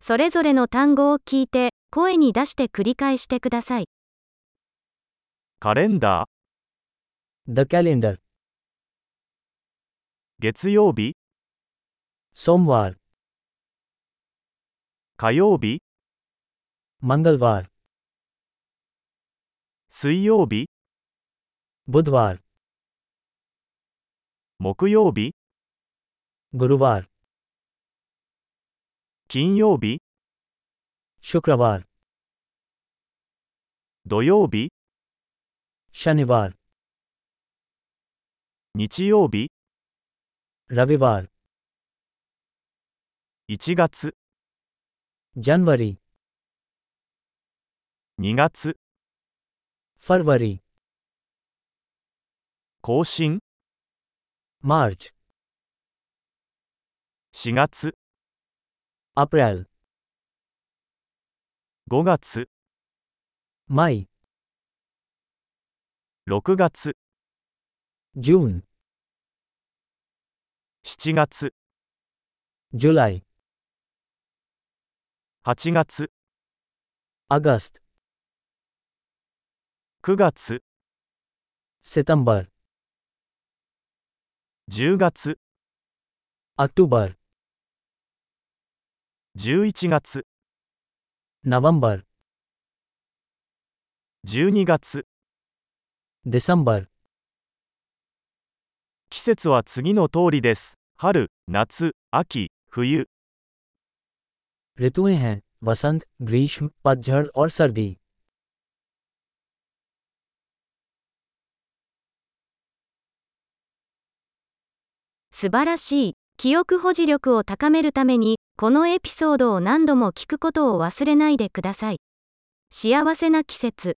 それぞれの単語を聞いて、声に出して繰り返してください。カレンダー The calendar. 月曜日 Somvar. 火曜日 Mangalvar. 水曜日 Budhvar. 木曜日 Guruvar. 金曜日 Shukravar. 土曜日 Shanivar. 日曜日 Ravivar. 1月 January. 2月 February. 更新 March. 4月 April. 5月 May. 6月 June. 7月 July. 8月 August. 9月 September. 10月 October. 11月 November. 12月 December. 季節は次の通りです春夏秋冬 ऋतुएं हैं वसंत ग्रीष्म पतझड़ और सर्दी 素晴らしい。記憶保持力を高めるために、このエピソードを何度も聞くことを忘れないでください。幸せな季節。